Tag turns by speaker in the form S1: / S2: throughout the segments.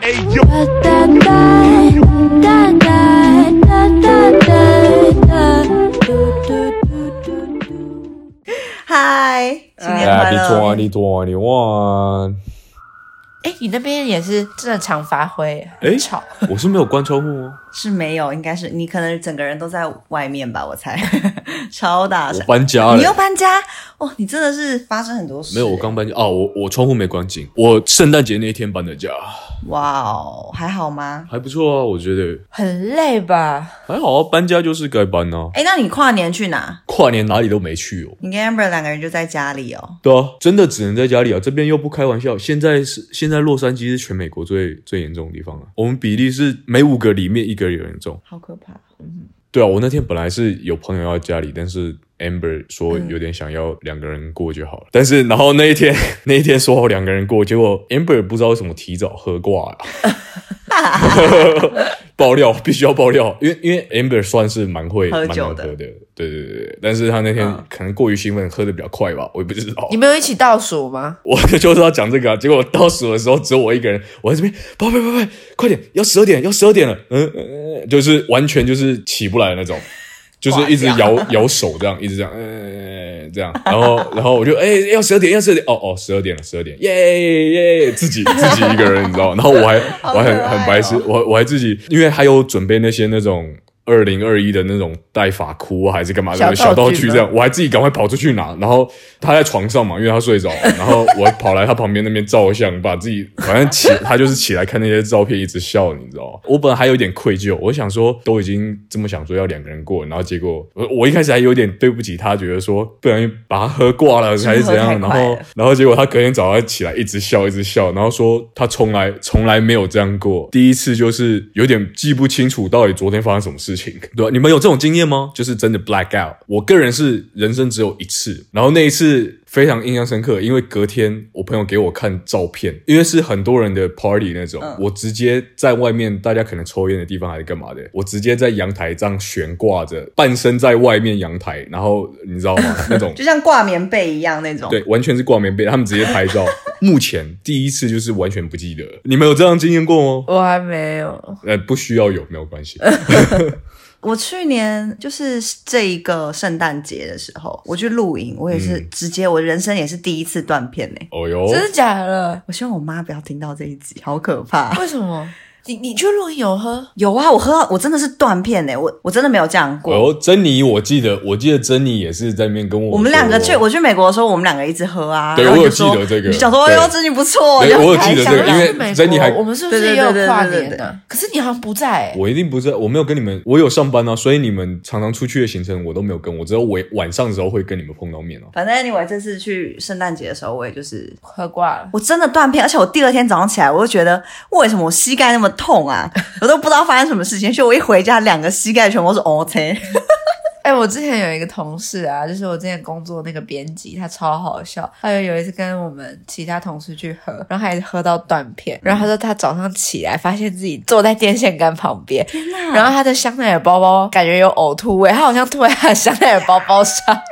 S1: 哎呦，
S2: 嗨，新年快
S3: 哎
S2: 乐！
S3: ，Happy Twenty Twenty One！
S4: 哎，你那边也是真的常发挥，
S3: 哎
S4: 很吵。
S3: 我是没有关窗户哦，
S2: 是没有，应该是你可能整个人都在外面吧，我猜， 超大
S3: 我
S2: 声。
S3: 搬家了
S2: 你。又搬家？哇，你真的是发生很多事。
S3: 没有，我刚搬家哦，我我窗户没关紧，我圣诞节那天搬的家，
S2: 哇哦，还好吗？
S3: 还不错啊，我觉得
S4: 很累吧？
S3: 还好啊，搬家就是该搬啊，
S2: 哎，那你跨年去哪？
S3: 跨年哪里都没去哦。
S2: 你跟 Amber 两个人就在家里哦。
S3: 对啊，真的只能在家里啊，这边又不开玩笑。现在是现在洛杉矶是全美国最最严重的地方啊，我们比例是每五个里面一个人严重。
S2: 好可怕！
S3: 对啊，我那天本来是有朋友要家里，但是 Amber 说
S2: 嗯
S3: 有点想要两个人过就好了。但是然后那一天 那一天说好两个人过，结果 Amber 不知道为什么提早喝挂了、 爆料必须要爆料，因为因为 Amber 算是蛮会
S2: 喝
S3: 蛮
S2: 酒
S3: 能
S2: 的嗯
S3: 喝的，对对对对。但是他那天可能过于兴奋，喝的比较快吧，我也不知道
S4: 你。们有一起倒数吗？
S3: 我就是要讲这个啊，结果倒数的时候只有我一个人，我在这边，宝贝宝贝，快点，要十二点，要十二点了，嗯嗯，嗯就是完全就是起不来的那种，就是一直摇摇手这样，一直这样，嗯嗯嗯这样，然后然后我就哎、要十二点，要十二点，哦哦，十二点了，十二点，耶耶，自己自己一个人，你知道吗？然后我还
S2: 好
S3: 我还
S2: 可
S3: 很
S2: 爱哦
S3: 很白痴，我我还自己，因为还有准备那些那种。二零二一的那种戴发箍啊还是干嘛的
S4: 小
S3: 小
S4: 道
S3: 道
S4: 具
S3: 具
S4: 吗
S3: 这样，我还自己赶快跑出去拿，然后他在床上嘛，因为他睡着了，然后我跑来他旁边那边照相，把自己反正起，他就是起来看那些照片，一直笑，你知道吗？我本来还有点愧疚，我想说都已经这么想说要两个人过，然后结果我我一开始还有点对不起他，觉得说不然把他喝挂了还是怎样，
S2: 是不是喝太
S3: 然
S2: 快了
S3: 后然后结果他隔天早上起来一直笑一直笑，然后说他从来从来没有这样过，第一次就是有点记不清楚到底昨天发生什么事情，对啊吧、你们有这种经验吗？就是真的 black out。我个人是人生只有一次，然后那一次非常印象深刻，因为隔天我朋友给我看照片，因为是很多人的 party 那种，我直接在外面大家可能抽烟的地方还是干嘛的，我直接在阳台这样悬挂着，半身在外面阳台，然后你知道吗？那种
S2: 就像挂棉被一样那种。
S3: 对，，完全是挂棉被，他们直接拍照。目前第一次就是完全不记得，你们有这样经验过吗？
S4: 我还没有。
S3: 呃，不需要有，没有关系。
S2: 我去年就是这一个圣诞节的时候，我去露营，我也是
S3: 嗯
S2: 直接，我人生也是第一次断片呢、欸
S3: 哦哟，
S4: 真的假的？
S2: 我希望我妈不要听到这一集，好可怕。
S4: 为什么？啊你你去露营有喝？
S2: 有啊，我喝到我真的是断片呢、我我真的没有这样过。
S3: 哦，珍妮，我记得，我记得珍妮也是在那边跟我，
S2: 我们两个去，我去美国的时候，我们两个一直喝啊。
S3: 对
S2: 然后
S3: 我有
S2: 就说
S3: 记得这个
S2: 你想说，哎
S3: 对
S2: 呦，这你不错，
S3: 对
S2: 就
S3: 我有
S2: 很
S3: 记得
S2: 开
S3: 这
S2: 心
S3: 个
S2: 啊
S3: 因为
S4: 是美国
S3: Jenny 还
S4: 我们是不是也
S2: 对
S4: 有
S2: 对对对
S4: 跨
S2: 对
S4: 年
S2: 对
S4: 的？可是你好像不在、欸。
S3: 我一定不在，我没有跟你们，我有上班啊，所以你们常常出去的行程我都没有跟，我只有晚晚上的时候会跟你们碰到面哦、
S2: 反正 anyway，这次去圣诞节的时候，我也就是
S4: 喝挂了，
S2: 我真的断片，而且我第二天早上起来，我就觉得为什么我膝盖那么痛啊？ 我都不知道发生什么事情。所以我一回家，两个膝盖全部都是 O C。
S4: 哎、我之前有一个同事啊，就是我之前工作那个编辑，他超好笑。他有有一次跟我们其他同事去喝，然后还喝到断片。然后他说他早上起来发现自己坐在电线杆旁边，然后他的香奈儿包包感觉有呕吐味，他好像吐在他的香奈儿包包上。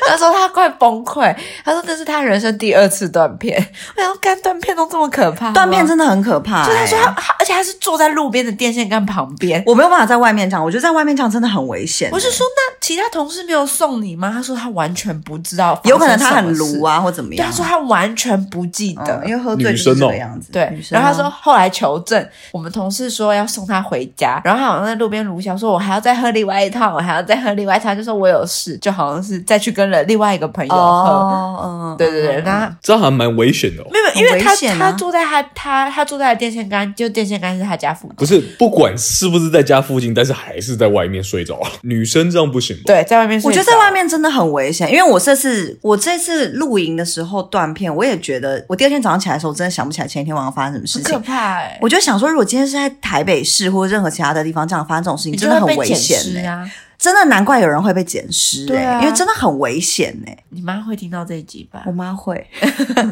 S4: 他说他快崩溃，他说这是他人生第二次断片。我想说干断片都这么可怕吗，
S2: 断片真的很可怕、
S4: 就他说他
S2: 哎
S4: 他，而且他是坐在路边的电线杆旁边。
S2: 我没有办法在外面讲，我觉得在外面讲真的很危险。
S4: 我是说，那其他同事没有送你吗？他说他完全不知道，
S2: 有可能他很鲁。啊，或怎么
S4: 对，
S2: 样。
S4: 他说他完全不记得。
S2: 嗯，因为喝醉就是
S3: 女
S2: 这
S3: 生哦
S2: 个样子。
S4: 对
S2: 女，生
S4: 然
S2: 啊
S4: 后他说后来求证，我们同事说要送他回家，然后他好像在路边鲁小说，我还要再喝另外一趟，我还要再喝另外一趟，就说我有事，就好像是再去跟了另外一个朋友喝。
S2: 哦，嗯，
S4: 对对对，那
S3: 这还蛮危险的、哦。
S4: 没有，因为他、
S2: 很危险啊
S4: 他坐在他他他坐在电线杆，就电线杆是他家附近，
S3: 不是，不管是不是在家附近，但是还是在外面睡着啊。女生这样不行吧？
S4: 对，在外面睡
S2: 我觉得
S4: 着
S2: 在外面真的很危险，因为我这次我这次露营的时候断片，我也觉得我第二天早上起来的时候，我真的想不起来前一天晚上发生什么事
S4: 很可
S2: 情。
S4: 怕、欸，
S2: 我就想说，如果今天是在台北市或者任何其他的地方这样发生这种事情，
S4: 你
S2: 真
S4: 就
S2: 的很
S4: 会被
S2: 危
S4: 捡
S2: 险、
S4: 尸
S2: 欸。
S4: 啊！
S2: 真的难怪有人会被捡尸、欸，
S4: 对啊
S2: 因为真的很危险哎、
S4: 你妈会听到这一集吧？
S2: 我妈会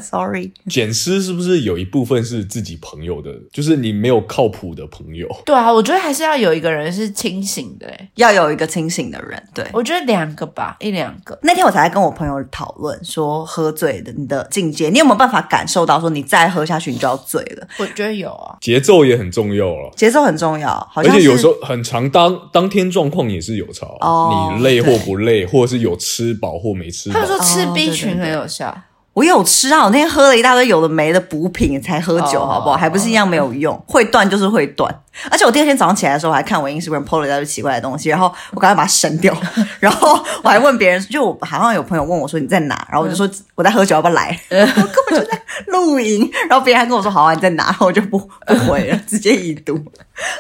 S2: ，sorry，
S3: 捡失是不是有一部分是自己朋友的，就是你没有靠谱的朋友？
S4: 对啊，我觉得还是要有一个人是清醒的、欸。
S2: 要有一个清醒的人。对，
S4: 我觉得两个吧，一两个。
S2: 那天我才跟我朋友讨论说，喝醉的你的境界，你有没有办法感受到说你再喝下去你就要醉了？
S4: 我觉得有啊，
S3: 节奏也很重要了。
S2: 节奏很重要，好
S3: 而
S2: 像
S3: 且有
S2: 是
S3: 时候很长当当天状况也是有差，
S2: 哦
S3: 你累或
S2: 对
S3: 不累，或者是有吃饱或没吃
S4: 他
S3: 饱
S4: 们。说吃
S2: 哦对
S4: B
S2: 对
S4: 群
S2: 对
S4: 很有效。
S2: 我有吃啊，我那天喝了一大堆有的没的补品才喝酒，
S4: 哦
S2: 好不好？还不是一样没有用，会断就是会断。而且我第二天早上起来的时候，我还看我 Instagram po 了一大堆奇怪的东西，然后我赶快把它删 掉。然后我还问别人，就我好像有朋友问我说你在哪，然后我就说我在喝酒，要不要来？我根本就在露营。然后别人还跟我说好啊，你在哪？然后我就不不回 了，直接已读。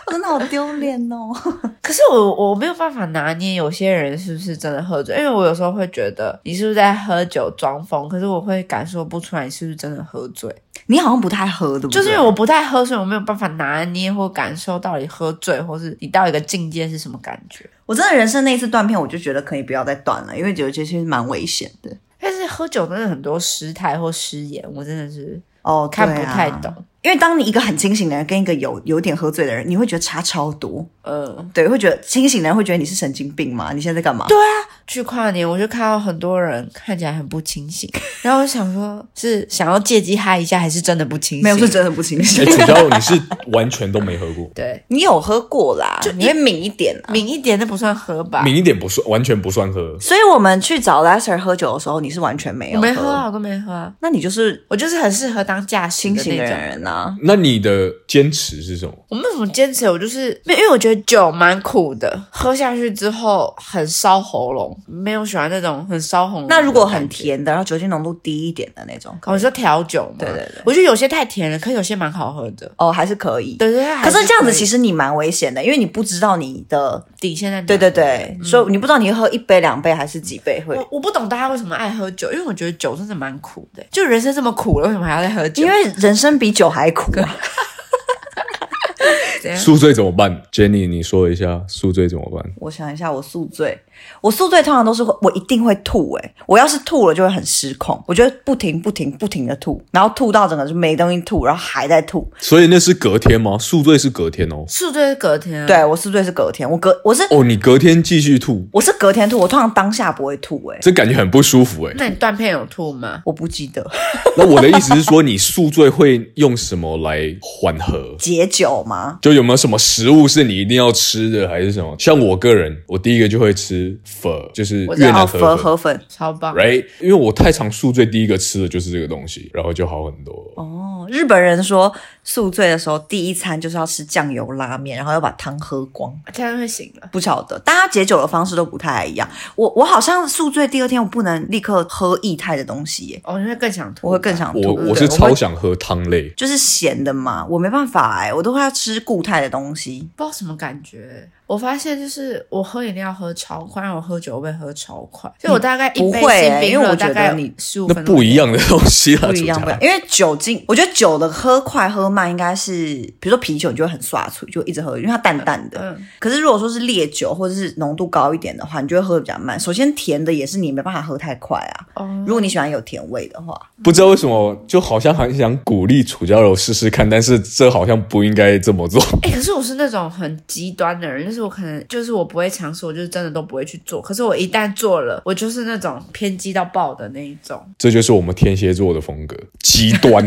S2: 我真的好丢脸哦。
S4: 可是我我没有办法拿捏有些人是不是真的喝醉，因为我有时候会觉得你是不是在喝酒装疯，可是我会感受不出来你是不是真的喝醉，
S2: 你好像不太喝，对不对？
S4: 就是因为我不太喝，所以我没有办法拿捏或感受到底喝醉或是你到一个境界是什么感觉。
S2: 我真的人生那一次断片，我就觉得可以不要再断了，因为觉得这些蛮危险的。
S4: 但是喝酒真的很多失态或失言，我真的是
S2: 哦，
S4: 看
S2: 对
S4: 不
S2: 啊
S4: 太懂。
S2: 因为当你一个很清醒的人跟一个有有点喝醉的人，你会觉得差超多，
S4: 嗯，
S2: 对，会觉得清醒的人会觉得你是神经病吗？你现在在干嘛？
S4: 去跨年我就看到很多人看起来很不清醒， 然后我想说，是想要借机嗨一下，还是真的不清醒？，
S2: 没有，是真的不清
S3: 哎，
S2: 醒。
S3: 楚乔，你是完全都没喝过
S4: 对，
S2: 你有喝过啦，就你会抿一点啊。
S4: 抿一点那不算喝吧？
S3: 抿一点不算，完全不算喝。
S2: 所以我们去找 Lester 喝酒的时候，你是完全没有
S4: 我没喝啊，我都没喝啊，
S2: 那你就是
S4: 我就是很适合当驾驶
S2: 清醒
S4: 的
S2: 的
S4: 那种。
S2: 人啊。
S3: 那你的坚持是什么？
S4: 我没有什么坚持，我就是没有，因为我觉得酒蛮苦的，喝下去之后很烧喉咙，没有喜欢那种很烧喉咙。
S2: 那如果很，甜的，然后酒精浓度低一点的那种，
S4: 我说调酒嘛，
S2: 对对对
S4: 我觉得有些太甜了，可有些蛮好喝的。
S2: 哦，还是可以。嗯
S4: 对对，对
S2: 可是这样子其
S4: 实
S2: 实你蛮危险的，因为你不知道你的，
S4: 底线在哪。
S2: 对对对，所以你不知道你喝一杯、两杯还是几杯会
S4: 我我不懂大家为什么爱喝酒，因为我觉得酒真的蛮苦的，就人生这么苦了，为什么还要再喝酒？
S2: 因为人生比酒还苦啊！嗯
S4: 怎样
S3: 宿醉怎么办？Jenny，你说一下宿醉怎么办？
S2: 我想一下，我宿醉，我宿醉通常都是会我一定会吐、欸，我要是吐了就会很失控，我就会不停不停不停的吐，然后吐到整个就没东西吐，然后还在吐。
S3: 所以那是隔天吗？宿醉是隔天哦。
S4: 宿醉是隔天啊，
S2: 对我宿醉是隔天，我隔我是、
S3: 哦，你隔天继续吐，
S2: 我是隔天吐，我通常当下不会吐、欸，
S3: 这感觉很不舒服哎。
S4: 那你断片有吐吗？
S2: 我不记得
S3: 那我的意思是说，你宿醉会用什么来缓和？
S2: 解酒吗？
S3: 就有没有什么食物是你一定要吃的，还是什么？像我个人，我第一个就会吃粉，就是
S4: 我知道
S3: 越南
S2: 哦，
S3: 河
S2: 粉
S3: 粉。
S2: 河粉
S4: 超棒，
S3: Right，因为我太常宿醉，第一个吃的就是这个东西，然后就好很多。
S2: 哦，日本人说宿醉的时候第一餐就是要吃酱油拉面，然后要把汤喝光。
S4: 这样会醒了。
S2: 不晓得，大家解酒的方式都不太一样。我我好像宿醉第二天，我不能立刻喝液态的东西耶，欸
S4: 哦，你会更想吐吧，
S2: 我会更想吐。
S3: 我
S2: 对
S3: 我是
S2: 对
S3: 超
S2: 会
S3: 想喝汤类，
S2: 就是咸的嘛，我没办法哎，我都会要吃固态的东西。
S4: 不知道什么感觉。我发现就是我喝饮料喝超快，让我喝酒会喝超快，就我大概一
S2: 不
S4: 杯
S2: 会欸因
S4: 新冰
S2: 为
S4: 乐
S2: 我觉
S4: 大
S2: 得
S4: 概
S2: 你
S4: 十五
S3: 那
S4: 分钟
S3: 不一样的东西啊，
S2: 不一样，
S3: 楚
S2: 不一样，
S3: 乔
S2: 因为酒精，我觉得酒的喝快喝慢应该是，比如说啤酒你就会很刷出，就一直喝，因为它淡淡的。
S4: 嗯，
S2: 可是如果说是烈酒或者是浓度高一点的话，你就会喝得比较慢。首先甜的也是你没办法喝太快啊，
S4: 哦，
S2: 如果你喜欢有甜味的话。
S3: 不知道为什么，就好像很想鼓励楚家柔试试看，但是这好像不应该这么做。
S4: 哎、可是我是那种很极端的人，就是我可能就是我不会尝试，我就是真的都不会去做。可是我一旦做了，我就是那种偏激到爆的那一种。
S3: 这就是我们天蝎座的风格，极端。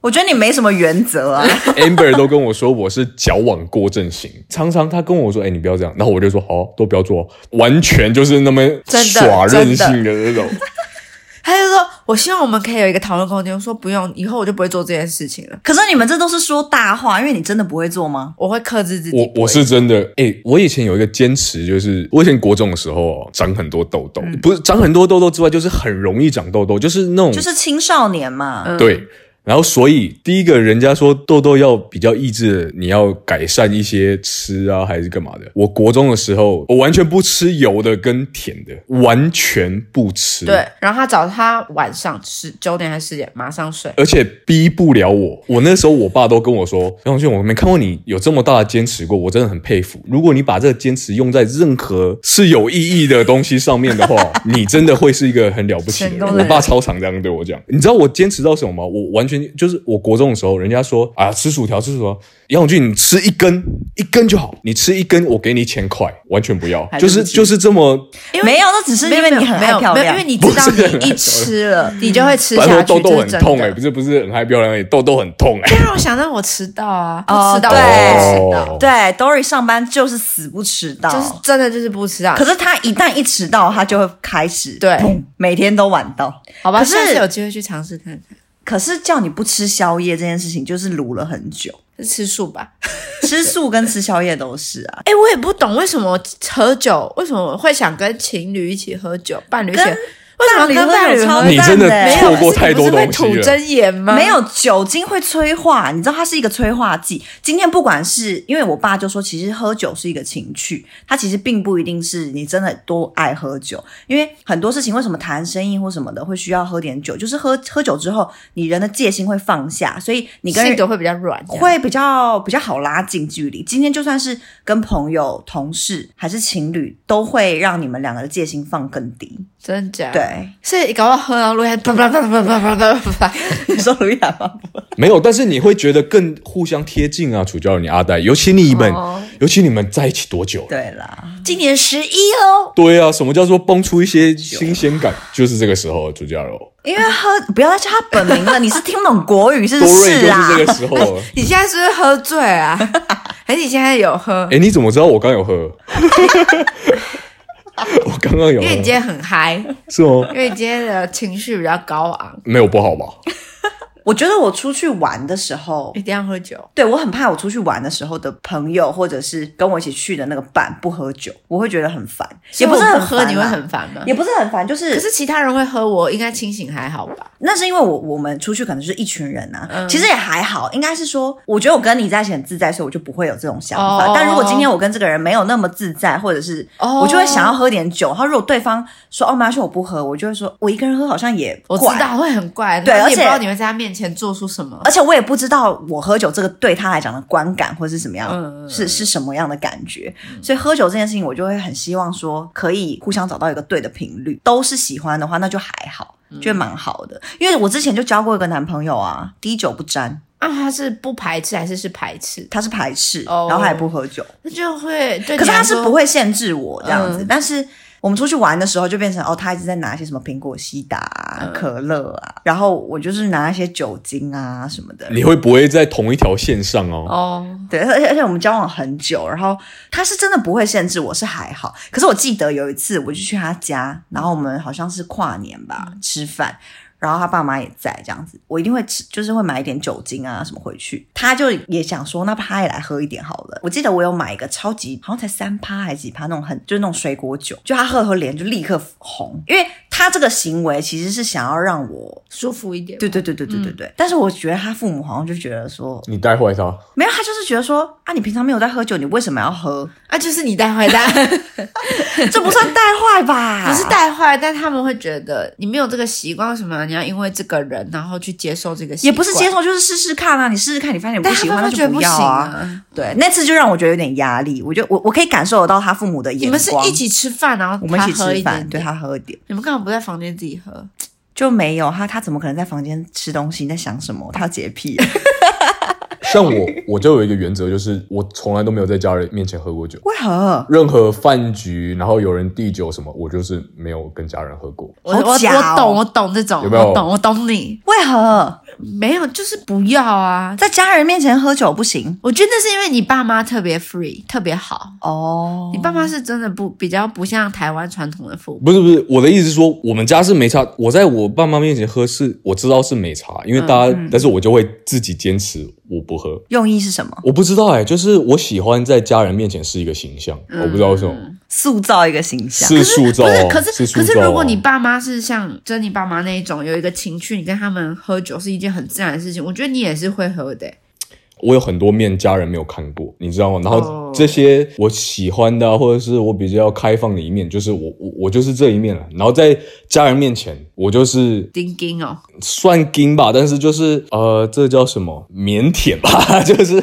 S2: 我觉得你没什么原则 啊，
S3: Amber 都跟我说我是矫枉过正型，常常他跟我说：“哎、你不要这样。”然后我就说：“好、都不要做。”完全就是那么
S4: 真的
S3: 耍任
S4: 真的
S3: 性的那种。
S4: 他就说：“我希望我们可以有一个讨论空间。”我说：“不用，以后我就不会做这件事情了，
S2: 可是你们这都是说大话，因为你真的不会做吗？
S4: 我会克制自己。
S3: 我我是真的，哎、我以前有一个坚持，就是我以前国中的时候哦，长很多痘痘，
S4: 嗯
S3: 不是长很多痘痘之外，就是很容易长痘痘，就是那种、
S2: 就是青少年嘛，
S4: 嗯
S3: 对。然后，所以第一个，人家说痘痘要比较抑制，你要改善一些吃啊，还是干嘛的？我国中的时候，我完全不吃油的跟甜的，完全不吃。
S4: 对。”然后他找他晚上十九点还是十点马上睡。
S3: 而且逼不了我。我那时候我爸都跟我说：“杨永俊，我没看过你有这么大的坚持过，我真的很佩服。如果你把这个坚持用在任何是有意义的东西上面 的话，你真的会是一个很了不起的
S4: 成功
S3: 人。”
S4: 的
S3: 我
S4: 人
S3: 爸超常这样对我讲。你知道我坚持到什么吗？我完全西，就是我国中的时候，人家说啊，吃薯条吃薯条，杨永俊你吃一根一根就好，你吃一根我给你一千块，完全不要，
S2: 还
S3: 就
S2: 对
S3: 是
S2: 不起
S3: 就是这么，
S4: 因为
S2: 没有，那只是
S4: 没
S2: 因
S4: 有
S2: 为
S4: 没有
S2: 你很
S4: 没
S2: 爱
S4: 有
S2: 漂
S4: 没有，
S2: 亮
S4: 因为。你知道
S3: 不是很
S4: 你一吃了，你就会吃
S3: 反正
S4: 下
S3: 我
S4: 去，
S3: 痘痘
S4: 这
S3: 很
S4: 是真
S3: 痛哎、
S4: 的。
S3: 不是不是很爱漂亮而已，痘痘很痛哎、
S4: 但让我想到我迟到啊，不
S2: 哦
S4: 迟到
S2: 对
S4: 我不迟
S3: 哦
S4: 到，
S2: 对，Dory 上班就是死不迟到，
S4: 就是真的哦就是不迟到。
S2: 可是他一旦一迟到，他就会开始
S4: 对
S2: 砰每天都晚到。
S4: 好吧，
S2: 可是
S4: 下次有机会去尝试看看，
S2: 可是叫你不吃宵夜这件事情，就是撸了很久。
S4: 是吃素吧？
S2: 吃素跟吃宵夜都是啊，
S4: 哎、我也不懂为什么喝酒，为什么会想跟情侣一起喝酒，伴侣一起，
S2: 跟
S4: 为什么跟伴侣
S2: 伴侣喝酒
S4: 喝
S2: 超欸
S3: 你真的
S2: 没有
S3: 错
S4: 不
S3: 过
S4: 是
S3: 太多
S4: 不是
S3: 东
S4: 会
S3: 西
S4: 吐
S3: 了。
S4: 真言吗？
S2: 没有酒精会催化，你知道它是一个催化剂。今天不管是因为我爸就说，其实喝酒是一个情趣，它其实并不一定是你真的多爱喝酒，因为很多事情为什么谈生意或什么的会需要喝点酒，就是喝喝酒之后，你人的戒心会放下，所以你跟人
S4: 性格会比较软，这样
S2: 会比较比较好拉近距离。今天就算是跟朋友、同事还是情侣，都会让你们两个的戒心放更低。
S4: 真假？，
S2: 对，
S4: 所以搞到喝到路边，啪啪啪啪啪啪啪啪啪，
S2: 你说卢雅吗？
S3: 没有，但是你会觉得更互相贴近啊，楚教你阿呆，尤其你们，
S4: 哦
S3: 尤其你们在一起多久了？
S2: 对啦，
S4: 今年十一哦喽，
S3: 对啊，什么叫做蹦出一些新鲜感？就是这个时候，主教
S4: 啊
S3: 柔，
S2: 因为喝不要再叫他本名了，你是听不懂国语是啊
S3: 多
S2: 不
S3: 瑞
S2: 是
S3: 就
S2: 啦
S3: 是这？个时候 了。
S4: 你现在是不是喝 醉啊？还是你现在有喝？
S3: 哎，你怎么知道我刚有喝？ 我刚刚有喝
S4: 因为你今天很嗨，因
S3: 是吗？
S4: 为你今天的情绪比较高昂，
S3: 没有不好吧？
S2: 我觉得我出去玩的时候
S4: 一。定要喝酒。
S2: 对，我很怕我出去玩的时候的朋友，或者是跟我一起去的那个伴不喝酒，我会觉得很烦，也是
S4: 所以我
S2: 很
S4: 不喝
S2: 烦啊
S4: 你会
S2: 啦
S4: 很烦吗？
S2: 也不是很烦，就是
S4: 可是其他人会喝我，应该清醒还好吧？
S2: 那是因为我我们出去可能就是一群人啊，
S4: 嗯
S2: 其实也还好，应该是说，我觉得我跟你在一起很自在，所以我就不会有这种想法。
S4: 哦
S2: 但如果今天我跟这个人没有那么自在，或者是
S4: 哦
S2: 我就会想要喝点酒，然后如果对方说哦，没关系，我不喝，我就会说我一个人喝好像也
S4: 我知
S2: 怪。
S4: 道会很怪，
S2: 对
S4: 然后
S2: 而
S4: 你也
S2: 且
S4: 不知道你会在他面前做出什么
S2: 而。且我也不知道我喝酒这个对他来讲的观感或是什么样，
S4: 嗯嗯
S2: 是是什么样的感觉。所以喝酒这件事情，我就会很希望说可以互相找到一个对的频率，都是喜欢的话，那就还好，
S4: 嗯
S2: 就蛮好的。因为我之前就交过一个男朋友啊，滴酒不沾，
S4: 啊，他是不排斥还是是排斥？
S2: 他是排斥，
S4: 哦
S2: 然后他也不喝酒，
S4: 那就会对你来说，
S2: 可是他是不会限制我这样子，
S4: 嗯
S2: 但是。我们出去玩的时候就变成哦，他一直在拿一些什么苹果西打、啊、
S4: 嗯
S2: 可乐啊，然后我就是拿一些酒精啊什么的，
S3: 你会不会在同一条线上哦？
S4: 哦，
S2: 对，而且而且我们交往很久，然后他是真的不会限制我，是还好。可是我记得有一次，我就去他家，然后我们好像是跨年吧，吃饭，然后他爸妈也在这样子，我一定会吃，就是会买一点酒精啊什么回去。他就也想说，那他也来喝一点好了。我记得我有买一个超级，好像才三趴还是几趴那种很，就是那种水果酒，就他喝喝脸就立刻红，因为他这个行为其实是想要让我，
S4: 舒服一点。
S2: 对对对对对对对。但是我觉得他父母好像就觉得说，
S3: 你带坏他，
S2: 没有，他就是觉得说啊，你平常没有在喝酒，你为什么要 喝？
S4: 啊，就是你带坏蛋，
S2: 这不算带坏吧？
S4: 不是带坏，但他们会觉得你没有这个习惯，为什么你要因为这个人然后去接受这个习
S2: 也
S4: 惯？
S2: 不是接，受，就是试试看啊。你试试看，你发现你不
S4: 但
S2: 喜
S4: 他
S2: 欢，
S4: 们
S2: 那
S4: 会觉
S2: 就
S4: 得不行
S2: 要啊。
S4: 啊。
S2: 对，那次就让我觉得有点压力。我觉得我我可以感受得到他父母的眼
S4: 你
S2: 光。
S4: 们是一，起吃饭，然后
S2: 我们一起
S4: 他喝
S2: 吃
S4: 一
S2: 饭，
S4: 点
S2: 对
S4: 点，
S2: 他喝一点，
S4: 你们干嘛不在房间自己喝？
S2: 就没有他，他怎么可能在房间吃东西？你在想什么？他洁 癖、啊，
S3: 像我，我就有一个原则，就是我从来都没有在家人面前喝过酒。
S2: 为何？
S3: 任何饭局，然后有人递酒什么，我就是没有跟家人喝过。
S4: 我
S2: 好
S4: 我
S2: 假哦
S4: 我懂，我懂这种，
S3: 有没有
S4: 我懂，我懂你。
S2: 为何
S4: 没有，就是不要啊。
S2: 在家人面前喝酒不行？
S4: 我觉得那是因为你爸妈特别 free，特别好。
S2: 哦
S4: 你，爸妈是真的不比较不像台湾传统的父母，
S3: 不是不是，我的意思是说，我们家是没差。我在我爸妈面前喝是，我知道是没差，因为大家，但是我就会自己坚持我不喝。
S2: 用意是什么？
S3: 我不知道哎、就是我喜欢在家人面前是一个形象，我不知道为什么
S2: 塑造一个形象。
S3: 是塑造、
S4: 不是
S3: 哦，，
S4: 可是
S3: 塑
S4: 可
S3: 造、
S4: 是
S3: 哦。
S4: 如果你爸妈是像珍妮爸妈那一种有一个情趣，你跟他们喝酒是一件很自然的事情，我觉得你也是会喝的欸、
S3: 我有很多面家人没有看过，你知道吗？然后
S4: 哦
S3: 这些我喜欢的啊、或者是我比较开放的一面，就是我我我就是这一面了。然后在家人面前，我就是
S4: 丁丁哦，
S3: 算硬吧，但是就是呃，这叫什么腼腆吧？ 就是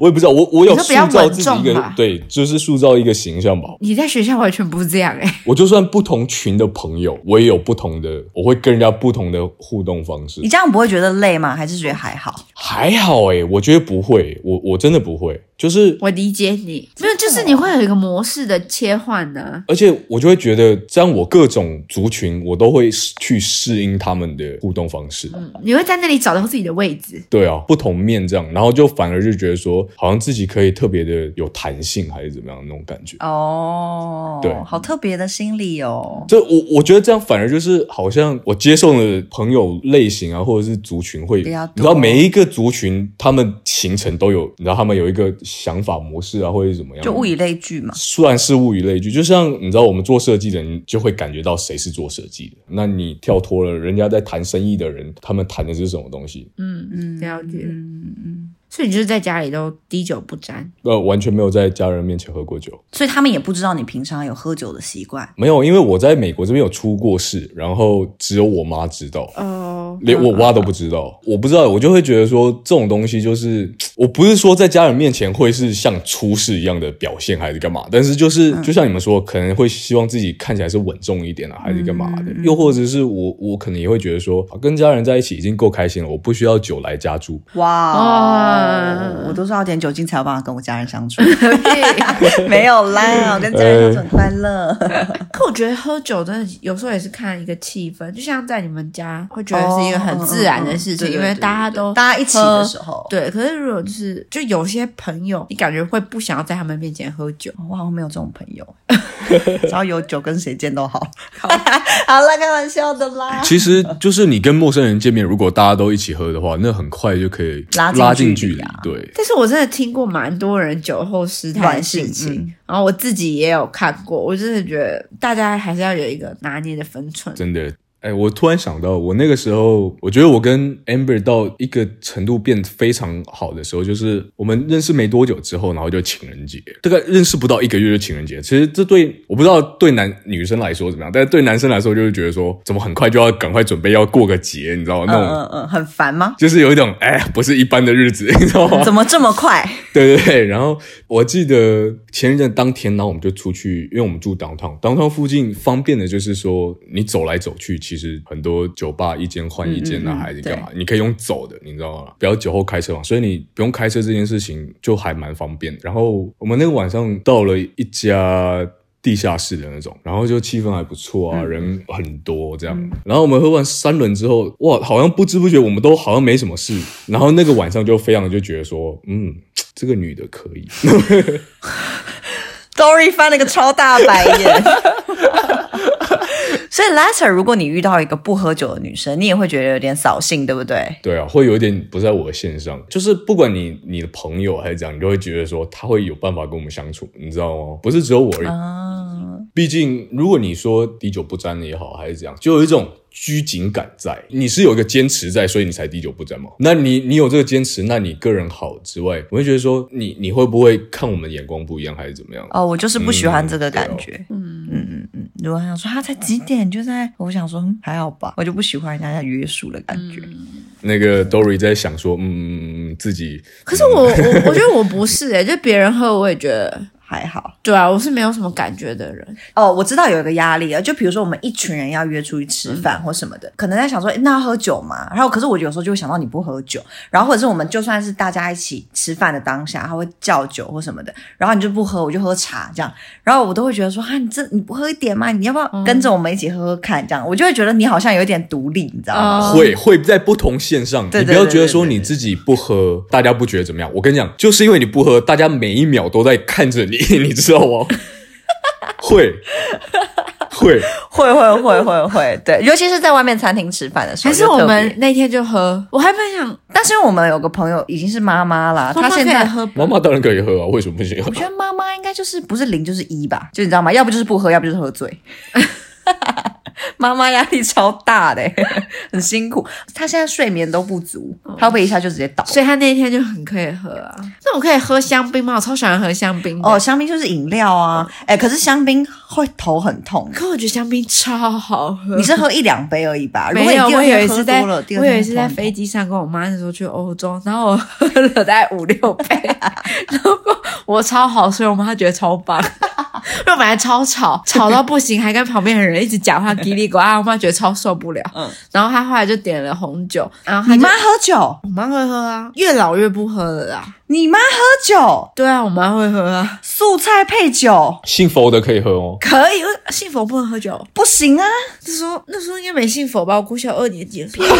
S3: 我也不知道，我我有
S4: 你说
S3: 塑
S4: 比较
S3: 造
S4: 稳
S3: 自己一
S4: 重
S3: 个
S4: 吧
S3: 对，就是塑造一个形象吧。
S4: 你在学校完全不是这样哎、
S3: 我就算不同群的朋友，我也有不同的，我会跟人家不同的互动方式
S2: 你。这样不会觉得累吗？还是觉得还好？
S3: 还好诶、我觉得不会，我我真的不会，就是
S4: 我理解你，没有，就是你会有一个模式的切换呢、
S3: 而且我就会觉得，这样我各种族群，我都会适去适应他们的互动方式。
S4: 你会在那里找到自己的位置。
S3: 对啊，不同面这样，然后就反而就觉得说，好像自己可以特别的有弹性，还是怎么样那种感觉。
S2: 哦，
S3: 对
S2: 好特别的心理哦。
S3: 这我我觉得这样反而就是好像我接受的朋友类型啊，或者是族群会，
S2: 比较多
S3: 你知道每一个族群他们形成都有，你知道他们有一个想法模式啊，或者是怎么样，
S2: 就物以类聚嘛，
S3: 算是物以类聚，就像你知道，我们做设计的人就会感觉到谁是做设计的。那你跳脱了人家在谈生意的人，他们谈的是什么东西？
S4: 嗯嗯，了解。
S2: 嗯嗯，
S4: 所以你就是在家里都滴酒不沾，
S3: 呃，完全没有在家人面前喝过酒，
S2: 所以他们也不知道你平常有喝酒的习惯。
S3: 没有，因为我在美国这边有出过事，然后只有我妈知道。
S4: 哦，
S3: 连我妈都不知道，我不知道，我就会觉得说这种东西就是，我不是说在家人面前会是像出事一样的表现还是干嘛，但是就是、
S2: 嗯
S3: 就像你们说，可能会希望自己看起来是稳重一点啊，还是干嘛
S2: 嗯
S3: 的，又或者是我我可能也会觉得说，啊跟家人在一起已经够开心了，我不需要酒来加注。
S2: 哇哦
S4: 哇
S2: 我都是要点酒精才有办法跟我家人相 处。
S4: 对。
S2: 没有啦，我跟家人相处很快乐。
S4: 哦可我觉得喝酒真的有时候也是看一个气氛，就像在你们家会觉得是一个很自然的事情，
S2: 哦嗯嗯嗯
S4: 因为大家
S2: 对对对
S4: 都
S2: 对大家一起的时候
S4: 喝对。可是如果就是就有些朋友，你感觉会不想要在他们面前喝酒，
S2: 我好像没有这种朋友，只要有酒跟谁见都好。 好啦，开玩笑的啦。
S3: 其实就是你跟陌生人见面，如果大家都一起喝的话，那很快就可以
S2: 拉近
S3: 拉
S2: 距
S3: 近距
S2: 离
S3: 离
S2: 啊。
S3: 对，
S4: 但是我真的听过蛮多人酒后失态的事情，
S2: 软性嗯
S4: 然后我自己也有看过，我真的觉得大家还是要有一个拿捏的分寸。
S3: 真的。哎，我突然想到，我那个时候，我觉得我跟 Amber 到一个程度变非常好的时候，就是我们认识没多久之后，然后就情人节，大概认识不到一个月就情人节。其实这对我不知道对男女生来说怎么样，但是对男生来说就是觉得说，怎么很快就要赶快准备要过个节，你知道吗？
S2: 嗯
S3: 那种、
S2: 嗯嗯，很烦吗？
S3: 就是有一种哎，不是一般的日子， 你知道吗？
S2: 怎么这么快？
S3: 对对对，然后我记得前任当天，然后我们就出去，因为我们住 downtown，downtown 附近方便的就是说你走来走去，其实很多酒吧一间换一间啊，
S2: 嗯
S3: 啊
S2: 嗯嗯
S3: 还是干嘛，你可以用走的，你知道吗？不要酒后开车嘛，所以你不用开车这件事情就还蛮方便的。然后我们那个晚上到了一家。地下室的那种，然后就气氛还不错
S2: 嗯
S3: 啊，人很多这样。然后我们喝完三轮之后，哇，好像不知不觉我们都好像没什么事。然后那个晚上就非常的就觉得说，嗯，这个女的可以，
S2: Dory 翻了个超大白眼。所以 Lester，如果你遇到一个不喝酒的女生，你也会觉得有点扫兴，对不对？
S3: 对啊，会有一点不在我的线上，就是不管你你的朋友还是怎样，你就会觉得说他会有办法跟我们相处，你知道吗？不是只有我而已，
S2: 啊，
S3: 毕竟如果你说滴酒不沾也好，还是怎样，就有一种拘谨感在，你是有一个坚持在，所以你才滴酒不沾嘛。那你你有这个坚持，那你个人好之外，我会觉得说你你会不会看我们眼光不一样，还是怎么样？
S2: 哦，我就是不喜欢这个
S3: 嗯对哦
S2: 感觉。嗯嗯嗯嗯。如果他想说他才几点就在，我想说、嗯还好吧，我就不喜欢人家在约束的感觉。
S3: 那个 Dory 在想说，嗯嗯嗯，自己
S4: 可是我我我觉得我不是欸诶、就别人喝我也觉得，
S2: 还好
S4: 对啊，我是没有什么感觉的人。
S2: 哦，我知道有一个压力啊，就比如说我们一群人要约出去吃
S4: 嗯
S2: 饭或什么的，可能在想说诶那要喝酒嘛，然后可是我有时候就会想到你不喝酒，然后或者是我们就算是大家一起吃饭的当下，他会叫酒或什么的，然后你就不喝，我就喝茶这样，然后我都会觉得说啊，你这你不喝一点吗？你要不
S4: 嗯
S2: 要跟着我们一起喝喝看？这样我就会觉得你好像有点独立，你知道吗？
S4: 哦
S3: 会会在不同线上，
S2: 嗯对
S3: 你不
S2: 对
S3: 要
S2: 对
S3: 觉得
S2: 对
S3: 说
S2: 对
S3: 你
S2: 对
S3: 自己不喝，大家不觉得怎么样。我跟你讲，就是因为你不喝，大家每一秒都在看着你， 你知道 吗？会会，
S2: 会会会会会，对，尤其是在外面餐厅吃饭的时候，
S4: 还是
S2: 就
S4: 我
S2: 特别
S4: 们那天就喝，我还本想
S2: 但是因为我们有个朋友已经是妈妈了，她
S4: 妈妈
S2: 现
S4: 可以
S2: 在
S4: 喝
S3: 妈妈当然可以喝啊，为什么不行？
S2: 我觉得妈妈应该就是不是零就是一吧，就你知道吗？要不就是不喝，要不就是喝醉。 妈妈压力超大的、很辛苦。她现在睡眠都不足，
S4: 哦
S2: 她会不会一下就直接倒？
S4: 所以他那一天就很可以喝啊。那我可以喝香槟吗？我超喜欢喝香槟的哦
S2: 哦，，香槟就是饮料啊，哎、可是香槟会头很 痛。
S4: 可我觉得香槟超好喝。
S2: 你是喝一两杯而已吧？如果
S4: 没
S2: 你
S4: 有，
S2: 第
S4: 我
S2: 二
S4: 有一
S2: 天
S4: 次
S2: 喝
S4: 在，
S2: 多了，
S4: 我
S2: 第二天
S4: 有一次
S2: 头
S4: 在
S2: 很痛
S4: 飞机上跟我妈那时候去欧洲，然后我喝了大概五六 杯，然后我超好，所以我妈觉得超棒。 因为我本来超吵，吵到不行，还跟旁边的人一直讲话，叽里呱啦，我妈觉得超受不了。
S2: 嗯
S4: 然后她后来就点了红酒，然后她
S2: 你
S4: 就
S2: 妈喝酒，
S4: 我妈会喝啊，越老越不喝了啦。
S2: 你妈喝酒，
S4: 对啊，我妈会喝啊，
S2: 素菜配酒
S3: 信佛的可以喝哦。
S4: 可以。信佛不能喝酒，
S2: 不行啊！
S4: 那时候那时候应该没信佛吧？我国小二年级的时候，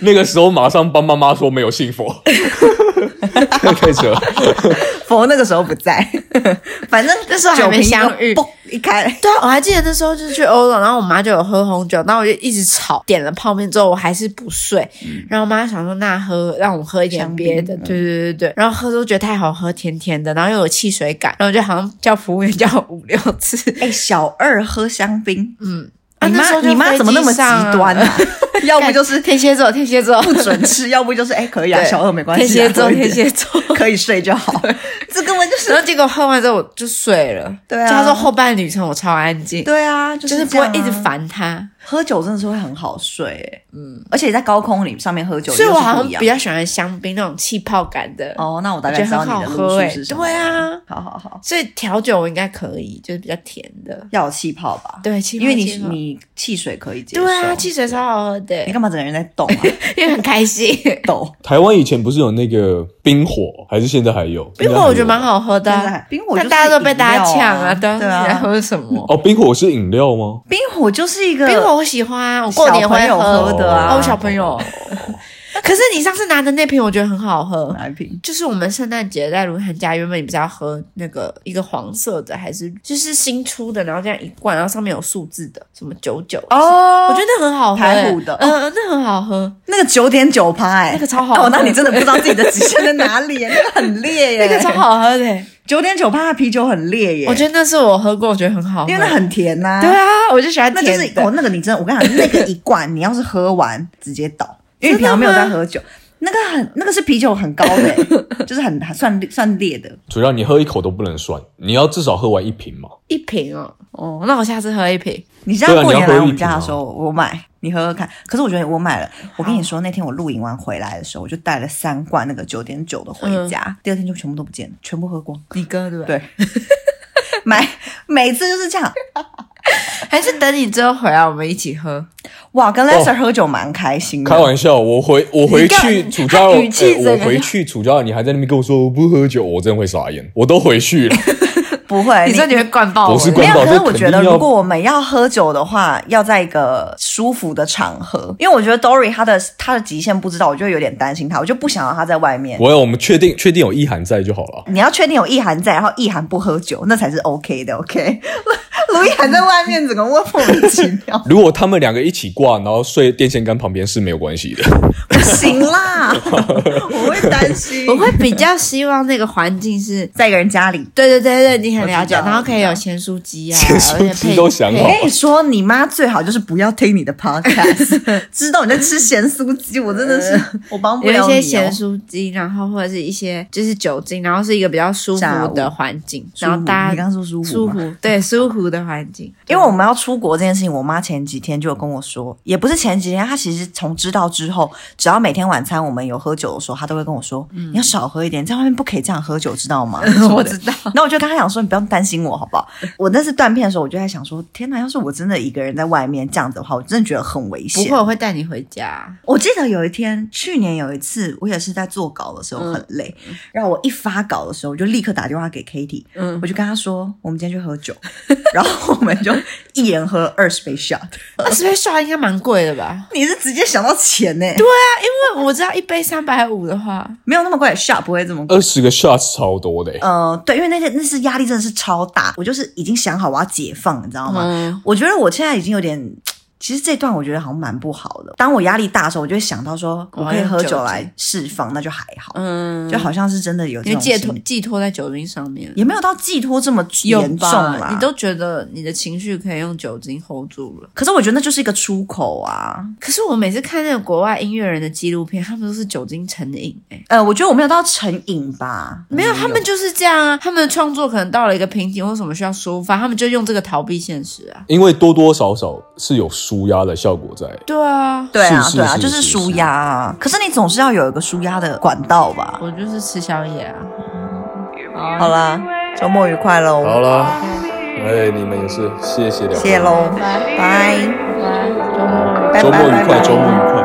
S3: 那个时候马上帮妈妈说没有 信佛，太扯了。
S2: 佛那个时候不在， 反正
S4: 那时候还
S2: 酒
S4: 没
S2: 瓶一个
S4: 相遇
S2: 嘣一开，
S4: 对啊，我还记得那时候就是去欧洲，然后我妈就有喝红酒，然后我就一直吵，点了泡面之后我还是不睡，然后我妈想说那喝让我喝一
S2: 嗯
S4: 点
S2: 香槟嗯
S4: 别的，对对对对，然后喝都觉得太好喝，甜甜的，然后又有汽水感，然后我就好像叫服务员叫我五六 次，
S2: 哎、小二喝香槟，
S4: 啊
S2: 你
S4: 那时
S2: 妈
S4: 候就
S2: 你妈
S4: 飞
S2: 怎么
S4: 机
S2: 那么极
S4: 上啊
S2: 端啊？ 要不就是
S4: 天蝎座，天蝎座
S2: 不准吃，要不就是哎、可以啊，
S4: 对
S2: 小二没关系啊，
S4: 天蝎座，
S2: 喝一点
S4: 天蝎座。
S2: 可以睡就好，这根本就是
S4: 然后结果喝完之后我就睡了。
S2: 对啊
S4: 就他说后半旅程我超安静，
S2: 对啊，就
S4: 就是
S2: 是
S4: 不会
S2: 这样啊
S4: 一直烦他。
S2: 喝酒，真的是会很好睡、哎嗯，而且在高空里上面喝酒又
S4: 所
S2: 是不一
S4: 以我
S2: 样，
S4: 好像比较喜欢香槟那种气泡感的，
S2: 哦，那我大
S4: 我
S2: 概
S4: 觉得
S2: 知道
S4: 很
S2: 你
S4: 好
S2: 的
S4: 喝
S2: 路
S4: 哎、
S2: 数是什么。
S4: 对，啊，
S2: 好好好，
S4: 所以调酒我应该可以，就是比较甜的。
S2: 要有气泡吧，
S4: 对，气泡
S2: 因为你
S4: 气泡
S2: 你汽水可以接受，
S4: 对啊，汽水超好喝的
S2: 你，干嘛整个人在动 啊？
S4: 因为很 开心。
S2: 抖，
S3: 台湾以前不是有那个冰火，还是现在还有？
S4: 冰火我觉得蛮好喝的
S2: 现
S4: 啊、
S2: 在冰火就
S4: 但
S2: 是
S4: 大家都被大家
S2: 饮料
S4: 呛
S2: 啊，
S4: 对啊，
S2: 对
S4: 你在
S2: 啊，
S4: 喝什 么？
S3: 哦，冰火是饮料吗？
S2: 冰火就是一个
S4: 冰火我喜欢啊，我过年会
S2: 小朋友喝
S3: 的啊
S4: 哦，我小 朋友。可是你上次拿的那瓶我觉得很好喝，
S2: 奶瓶，
S4: 就是我们圣诞节在卢汉家，原本你不是要喝那个一个黄色的，还是就是新出的，然后这样一罐，然后上面有数字的，什么九九
S2: 哦
S4: 我觉得那很好喝、
S2: 台虎的
S4: 嗯、嗯那很好喝，
S2: 那个九点九趴，哎，
S4: 那个超好喝
S2: 哦，那你真的不知道自己的极限在哪里， 哎那个很烈耶，
S4: 那个超好喝的、
S2: 九点九趴的啤酒很烈耶，
S4: 我觉得那是我喝过，我觉得很好喝，
S2: 因为那很甜呐、
S4: 对啊，我就喜欢
S2: 那
S4: 甜
S2: 就
S4: 的。
S2: 是哦，那个你真的，我跟你讲，那个一罐你要是喝完直接 倒，因为你平常没有在喝酒，那个很那个是啤酒很高的、 欸就是很算算烈的。
S3: 主要你喝一口都不能算，你要至少喝完一瓶嘛。
S4: 一瓶哦，哦，那我下次喝一瓶。
S2: 你知道
S3: 对啊
S2: 过年
S3: 你
S2: 来
S3: 要喝
S2: 我们
S3: 一瓶啊
S2: 家的时候，我买你喝喝看。可是我觉得我买了，我跟你说，那天我露营完回来的时候，我就带了三罐那个九点九的回家，第二天就全部都不见了，全部喝光。
S4: 你哥嗯对不
S2: 对， 买每次就是这样。
S4: 对？还是等你之后回来我们一起喝？
S2: 哇，跟 Lester 喝酒蛮开心的。
S3: 哦开玩笑，我回我回
S4: 你
S3: 去
S4: 看
S3: 楚家，我
S4: 他语气
S3: 哎
S4: 整个
S3: 我回去楚家，你还在那边跟我说我不喝酒，我真的会傻眼。我都回去了，
S2: 不会，
S4: 你说你会灌爆我？
S3: 我是
S2: 没
S3: 灌
S2: 有，
S3: 宝
S2: 可是
S3: 这
S2: 我
S3: 肯
S2: 觉得，
S3: 定要
S2: 如果我们要喝酒的话，要在一个舒服的场合，因为我觉得 Dory 她的她的极限不知道，我就有点担心她，我就不想让她在外面。
S3: 我要我们确定确定有意涵在就好了。，
S2: 你要确定有意涵在，然后意涵不喝酒，那才是 OK 的。OK，卢 意涵在外面整个莫名其 妙
S3: 如果他们两个一起挂，然后睡电线杆旁边是没有关系的。
S2: 不行 啦，我会担心。
S4: 我会比较希望那个环境是。
S2: 在一个人家里，
S4: 对对对对，你很了解，
S2: 我知道
S4: 然后可以有咸酥鸡啊，
S3: 咸酥鸡
S4: 而且配
S3: 都想好
S2: 我
S4: 配
S2: 跟你哎说，你妈最好就是不要听你的 podcast，知道你在吃咸酥鸡，我真的是我帮不
S4: 呃有
S2: 了你、
S4: 一
S2: 哦。
S4: 些咸酥鸡，然后或者是一些就是酒精，然后是一个比较舒服的环境，
S2: 炸物
S4: 然后大家
S2: 你刚说舒服
S4: 舒
S2: 吗
S4: 服对舒服的环境，
S2: 因为我们要出国这件事情，我妈前几天就有跟我说，也不是前几天，她其实从知道之后，只要每天晚餐我们有喝酒的时候，她都会跟我说，你要少喝一点，在外面不可以这样喝酒，知道 吗？
S4: 嗯我知道。
S2: 那我就跟她讲说，你不用担心我，好不 好？我那次断片的时候，我就在想说，天哪，要是我真的一个人在外面这样子的话，我真的觉得很危
S4: 不
S2: 险。
S4: 会，我会带你回 家。
S2: 我记得有一天，去年有一次，我也是在做稿的时
S4: 嗯
S2: 候很累，然后我一发稿的时候，我就立刻打电话给 Kitty，
S4: 嗯
S2: 我就跟她说，我们今天去喝酒， 然后我们就一人喝二十杯 shot。
S4: 二十杯刷应该蛮贵的吧？
S2: 你是直接想到钱呢、
S4: 啊因为我知道一杯三百五的话，
S2: 没有那么贵，shot 不会这么贵。
S3: 二十个 shots 超多的、欸，
S2: 呃，对，因为那天那次压力真的是超大，我就是已经想好我要解放，你知道吗？
S4: 嗯
S2: 我觉得我现在已经有点其实这段我觉得好像蛮不好的。当我压力大的时候，我就会想到说，
S4: 哦
S2: 我可以喝
S4: 用酒
S2: 酒来
S4: 精
S2: 释放，那就还好。
S4: 嗯，
S2: 就好像是真的有这
S4: 因为
S2: 种
S4: 寄
S2: 心
S4: 托寄托在酒精上面。
S2: 也没有到寄托这么
S4: 有
S2: 严重
S4: 吧？
S2: 啦。
S4: 你都觉得你的情绪可以用酒精 hold 住了，
S2: 可是我觉得那就是一个出口啊。
S4: 可是我每次看那个国外音乐人的纪录片，他们都是酒精成瘾哎、
S2: 呃，我觉得我没有到成瘾吧，
S4: 没有，他们就是这样啊。他们的创作可能到了一个瓶颈，或什么需要抒发，他们就用这个逃避现实啊。
S3: 因为多多少少是有舒压的效果在。
S4: 对啊，
S2: 对啊
S3: 是是
S2: 对啊，
S3: 是
S2: 就是
S3: 是
S2: 舒压啊。可是你总是要有一个舒压的管道吧。
S4: 我就是吃宵夜啊。
S2: 好啦，周末愉快喽，
S3: 好了，哎，你们也是，谢谢两位，
S2: 谢谢喽，拜，
S4: 拜拜，周末愉
S2: 拜拜拜
S3: 周末
S4: 快
S3: 愉快，
S2: 拜
S3: 周末愉快。嗯